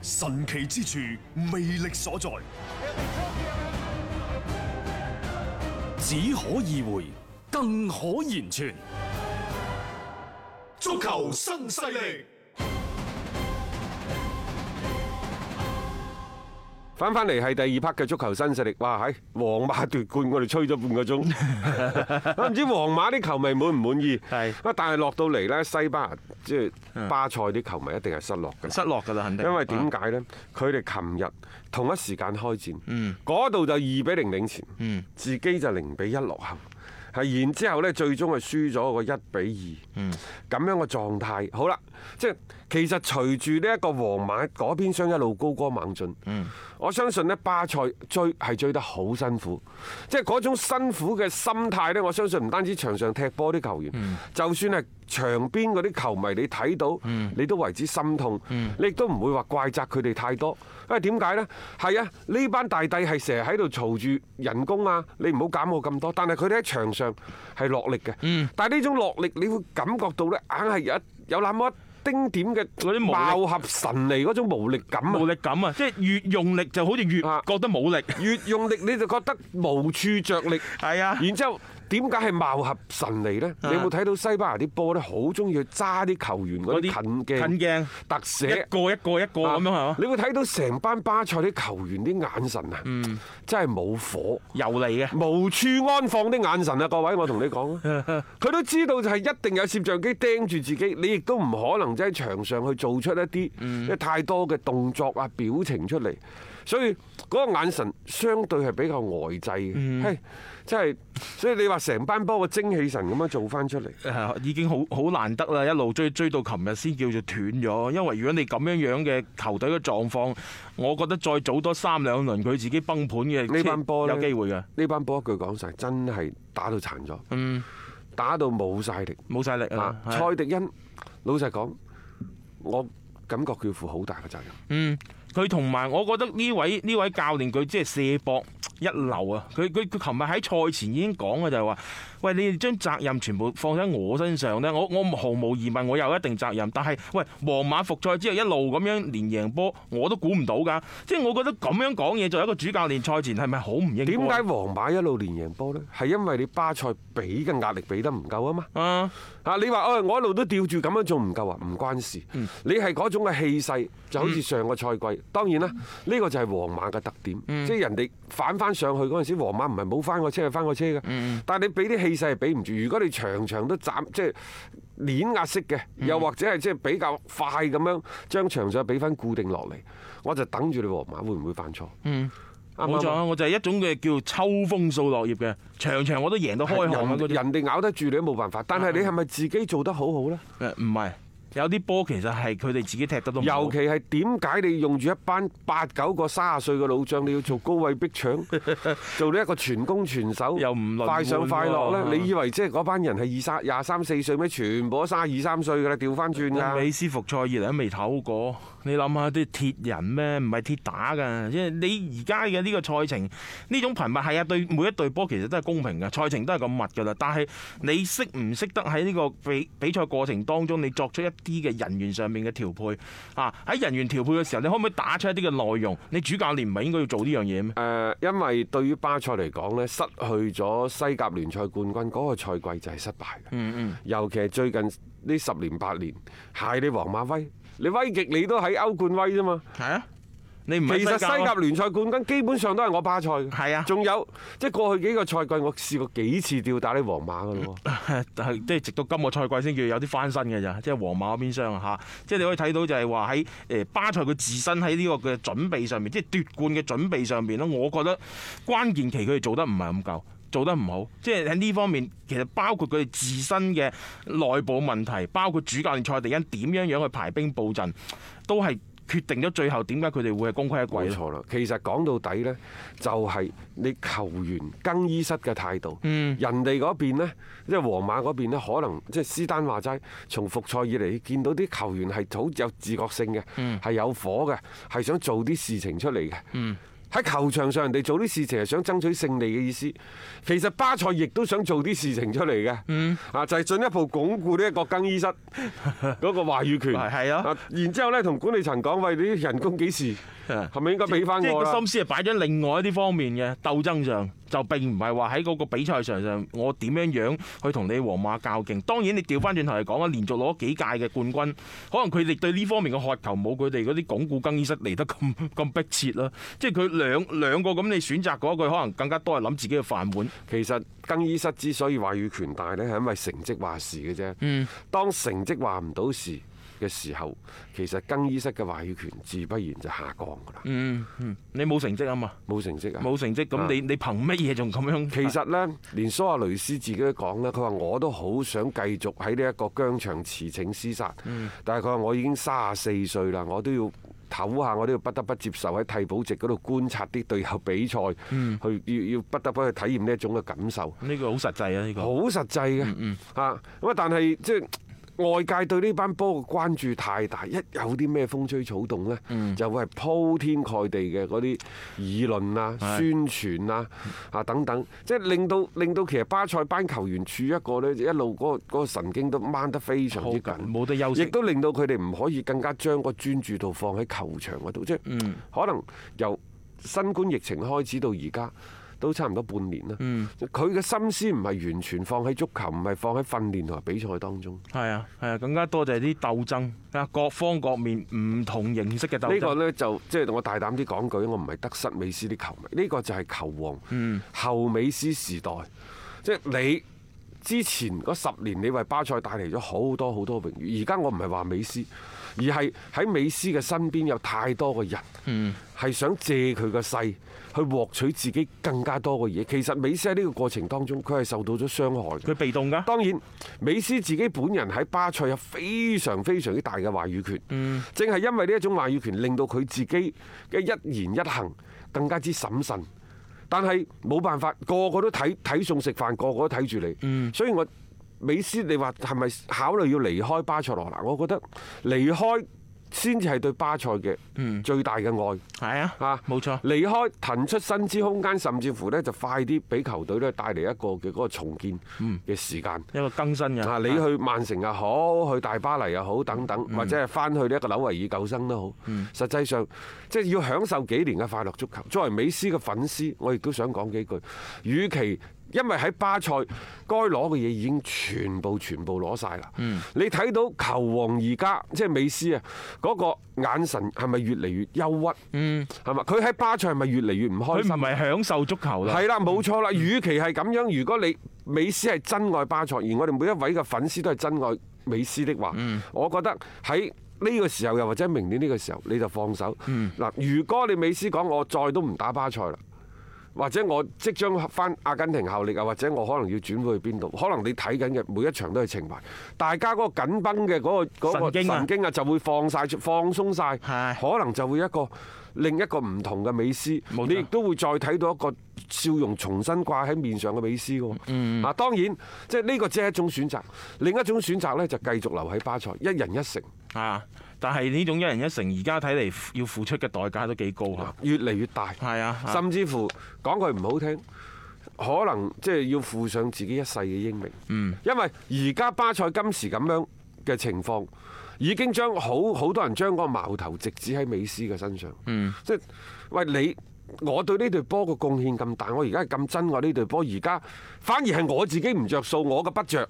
神奇之處，魅力所在，只可意會，更可言傳。足球新勢力。翻翻嚟係第二 part 嘅足球新勢力，哇！喺皇馬奪冠，我哋吹咗半個 鐘，唔知皇馬啲球迷滿唔滿意？係啊，但係落到嚟呢，西班牙即係巴塞啲球迷一定係失落嘅，嗯失落㗎啦，肯定。嗯因為點解呢？佢哋琴日同一時間開戰，嗰度就二比零領嗯前，自己就零比一落後。係，然之後呢，最終係輸咗個一比嗯二，咁樣嘅狀態。好啦，即係其實隨住呢一個皇馬嗰邊廂一路高歌猛進，我相信呢，巴塞追係追得好辛苦，即係嗰種辛苦嘅心態呢，我相信唔單止場上踢波啲球員，嗯就算係場邊嗰啲球迷，你睇到嗯你都為之心痛，你亦都唔會話怪責佢哋太多，因為點解呢？係啊，呢班大帝係成日喺度嘈住人工啊，你唔好減我咁多，但係佢哋喺場上係落力嗯嘅，但係呢種落力，你會感覺到呢，硬係有一有那麼一丁點嘅嗰啲無力貌合神離嗰種無力感啊！無力感啊，即係越用力就好似越啊覺得冇力。越用力你就覺得無處着力，係啊然之後點解係貌合神離呢？啊你有冇睇到西班牙啲波呢？好中意去揸啲球員嗰啲近鏡、近鏡特一寫。個一個一個咁樣係嘛啊，你會睇到成班巴塞啲球員啲眼神啊，嗯真係冇火。遊嚟嘅。無處安放的眼神啊！各位，我同你講啊， 佢都知道就係一定有攝像機盯住自己，你亦都唔可能即係喺場上去做出一啲嗯即係太多嘅動作啊、表情出嚟，所以嗰個眼神相對係比較呆滯嗯嘅，係即係所以你話成班波個精氣神咁樣做翻出嚟，誒已經好好難得啦，一路追追到琴日先叫做斷咗。因為如果你咁樣樣嘅球隊嘅狀況，我覺得再早多三兩輪佢自己崩盤嘅呢班波呢有機會嘅，呢班波一句講晒，真係打到殘咗，打到冇晒力冇晒力啊嗯啊！！係蔡迪恩老實講，我感覺佢負好大嘅責任。嗯，佢同埋我覺得呢位呢位教練佢即係射博一流啊！佢佢佢琴日喺賽前已經講嘅就係話：，喂，你哋將責任全部放喺我身上呢，我我毫無疑問我有一定責任，但係喂，皇馬復賽之後一路咁樣連贏波，我都估唔到㗎。即係我覺得咁樣講嘢作為一個主教練，賽前係咪好唔應該？啊點解皇馬一路連贏波呢？係因為你巴塞俾嘅壓力俾得唔夠啊嘛！啊？啊，你話哦，我一路都吊住咁樣做唔夠啊，唔關事。嗯你係嗰種嘅氣勢，就好似上個賽季。當然啦，呢個就係皇馬嘅特點，嗯即係人哋反翻上去嗰陣時，皇馬唔係冇翻過車，係翻過車嗯嘅。但係你俾啲氣勢係俾唔住。如果你場場都斬，即係碾壓式嘅，嗯又或者係即係比較快咁樣將場上比分固定落嚟，我就等住你皇馬會唔會犯錯？嗯，啱唔冇啱錯啊啊，我就係一種嘅叫秋風掃落葉嘅，場場我都贏到開行啊嗰人啲。嗯人哋咬得住你都冇辦法，但係你係咪自己做得好好呢？誒唔係，有啲波其實係佢哋自己踢得都唔好尤其係點解你用住一班八九個三十歲嘅老將，你要做高位逼 搶，做呢一個全攻全守，又唔輪換快上快落呢？喎你以為即係嗰班人係二三廿三四歲咩？全部都三二三歲㗎啦，調翻轉美㗎。斯復賽以嚟都未唞過，你諗下啲鐵人咩？唔係鐵打㗎，即係你而家嘅呢個賽程呢種頻密係啊，對每一隊波其實都係公平嘅，賽程都係咁密㗎啦。但係你識唔識得喺呢個嗯比比賽過程當中，你作出一啲嘅人員上面嘅調配啊？喺人員調配嘅時候，你可唔可以打出一啲嘅內容？你主教練唔係應該要做呢樣嘢咩？誒，因為對於巴塞嚟講呢，失去咗西甲聯賽冠軍嗰個賽季就係失敗嘅。尤其係最近呢十年八年，係你皇馬威，你威極你都喺歐冠威啫嘛。係啊。你唔其喺實西西甲甲聯賽冠軍基本上都係我巴塞嘅，係啊仲有即係過去幾個賽季，我試過幾次吊打啲皇馬嘅咯喎。但係即係直到今個賽季先叫有啲翻身嘅咋，即係皇馬嗰邊傷啊嚇，即係你可以睇到就係話喺誒巴塞佢自身喺呢個嘅準備上面，即係奪冠嘅準備上面咧，我覺得關鍵期佢哋做得唔係咁夠。做得唔好，即係喺呢方面，其實包括佢哋自身嘅內部問題，包括主教練蔡迪恩點樣樣去排兵布陣，都係決定咗最後點解佢哋會係功虧一冇簣咯。錯啦，其實講到底呢，就係你球員更衣室嘅態度。嗯人哋嗰邊呢，即係皇馬嗰邊呢，可能即係斯丹話齋，從復賽以嚟，你見到啲球員係好有自覺性嘅，嗯係有火嘅，係想做啲事情出嚟嘅。喺球場上，人哋做啲事情係想爭取勝利嘅意思。其實巴塞亦都想做啲事情出嚟嘅，嗯啊就係進一步鞏固呢一個更衣室嗰個話語權。係係啊然之後呢，同管理層講：喂，你啲人工幾時？ 啊係咪應該俾翻即係我個啦？心思係擺咗另外一啲方面嘅鬥爭上，就並唔係話喺嗰個比賽場上，我點樣樣去同你皇馬較勁。當然你調翻轉頭嚟講啊，連續攞幾屆嘅冠軍，可能佢哋對呢方面嘅渴求冇佢哋嗰啲鞏固更衣室嚟得咁 咁迫切啦。即係佢兩兩個咁，你選擇嗰一句可能更加多係諗自己嘅飯碗。其實更衣室之所以話語權大呢，係因為成績話事嘅啫。嗯，當成績話唔到事嘅時候，其實更衣室嘅話語權自不然就下降㗎啦。嗯你冇成績啊嘛，冇成績啊！嗯冇成績咁你你憑乜嘢仲咁樣？其實呢，連蘇亞雷斯自己都講啦，佢話我都好想繼續喺呢一個疆場馳騁廝殺，但係佢話我已經三十四歲啦，我都要唞下，我都要不得不接受喺替補席嗰度觀察啲隊友比賽，去要要不得不去體驗呢一種嘅感受。呢個好實際啊！呢個嗯好實際嘅嚇。咁啊，但係即係。外界對呢班波嘅關注太大，一有啲咩風吹草動呢，嗯就會係鋪天蓋地嘅嗰啲議論啊、宣傳啊、啊等等，即係令到令到其實巴塞班球員處於一個呢，一路嗰個嗰個神經都掹得非常之好緊緊，冇得休息啊亦都令到佢哋唔可以更加將個專注度放喺球場嗰度，即係嗯可能由新冠疫情開始到而家。都差唔多半年啦，嗯佢嘅心思唔係完全放喺足球，唔係放喺訓練同埋比賽當中。係啊係啊，更加多就係啲鬥爭啊，各方各面唔同形式嘅鬥爭。呢個呢，就即係我大膽啲講句，我唔係得失美斯啲球迷，呢個就係球王、後美斯時代，即係你。之前嗰十年，你為巴塞帶嚟咗好多好多榮譽。而家我唔係話美斯，而係喺美斯嘅身邊有太多嘅人，係想借佢個勢去獲取自己更加多嘅嘢。其實美斯喺呢個過程當中，佢係受到咗傷害嘅。佢被動㗎。當然，美斯自己本人喺巴塞有非常非常之大嘅話語權，嗯正係因為呢一種話語權，令到佢自己嘅一言一行更加之審慎。但係冇辦法，個個都睇睇餸食飯，個個都睇住嗯你，所以我美斯你話係咪考慮要離開巴塞羅那？我覺得離開先至係對巴塞嘅最大嘅愛。係啊啊，嗯冇錯。離開騰出薪資空間，甚至乎呢就快啲俾球隊呢帶嚟一個嘅嗰個重建嗯嘅時間。一個更新嘅，啊！你去曼城又好，去大巴黎又好，等嗯等，或者係翻去呢一個紐維爾舊生都好。實際上，即係要享受幾年嘅快樂足球。作為美斯嘅粉絲，我亦都想講幾句。與其因為喺巴塞該攞嘅嘢已經全部全部攞晒啦，嗯你睇到球王而家即係美斯啊，嗰個眼神係咪越嚟越憂鬱？係咪？佢喺巴塞係咪越嚟越唔嗯佢開唔心？係享受足球啦，嗯係啦，冇錯啦。與其係咁樣，如果你美斯係真愛巴塞，而我哋每一位嘅粉絲都係真愛美斯的話，嗯我覺得喺呢個時候，又或者明年呢個時候，你就放手。嗯嗱，如果你美斯講我再都唔打巴塞啦。或者我即將翻阿根廷效力啊，或者我可能要轉會去邊度？可能你睇緊嘅每一場都係情懷，大家嗰個緊繃嘅嗰個嗰個神經啊神經啊，就會放晒出放鬆晒，係可能就會一個另一個唔同嘅美斯，冇錯你亦都會再睇到一個笑容重新掛喺面上嘅美斯嘅嗯喎。啊，當然即係呢個只係一種選擇，另一種選擇呢，就繼續留喺巴塞，一人一城，啊！但係呢種一人一城，而家睇嚟要付出嘅代價都幾高嚇。越嚟越大。係 啊，啊甚至乎講句唔好聽，可能即係要付上自己一世嘅英名。嗯，因為而家巴塞今時咁樣嘅情況，已經將好好多人將嗰個矛頭直指喺美斯嘅身上。嗯，即係喂你我對呢隊波個貢獻咁大，我而家係咁珍愛呢隊波，而家反而係我自己唔着數，我嘅不着。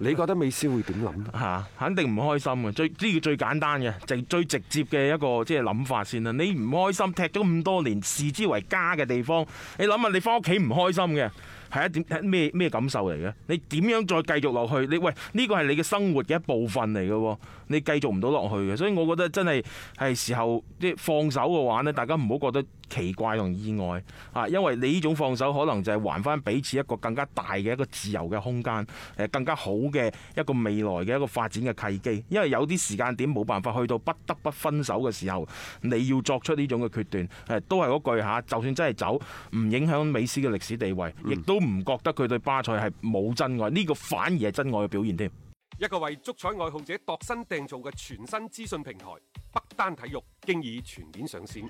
你覺得美斯會點諗呢？嚇，肯定唔開心嘅。最呢個最簡單嘅，最最直接嘅一個即係諗法先啦。你唔開心，踢咗咁多年，視之為家嘅地方，你諗下你翻屋企唔開心嘅。係一點係咩咩感受嚟嘅？你點樣再繼續落去？你喂呢個係你嘅生活嘅一部分嚟嘅喎，你繼續唔到落去嘅，所以我覺得真係係時候即係放手嘅話呢，大家唔好覺得奇怪同意外啊，因為你呢種放手可能就係還翻彼此一個更加大嘅一個自由嘅空間，誒更加好嘅一個未來嘅一個發展嘅契機。因為有啲時間點冇辦法去到不得不分手嘅時候，你要作出呢種嘅決斷，誒都係嗰句嚇，就算真係走，唔影響美斯嘅歷史地位，亦都唔覺得佢對巴塞係冇真愛，呢個反而係真愛嘅表現添。一個為足彩愛好者度身訂造嘅全新資訊平台北單體育，經已全面上線。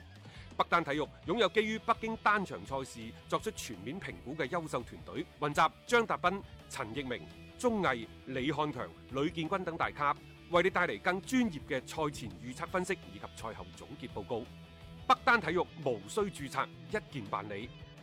北單體育擁有基於北京單場賽事作出全面評估嘅優秀團隊，雲集張達斌、陳奕明、鐘毅、李漢強、呂建軍等大咖，為你帶嚟更專業嘅賽前預測分析以及賽後總結報告。北單體育無需註冊，一鍵辦理。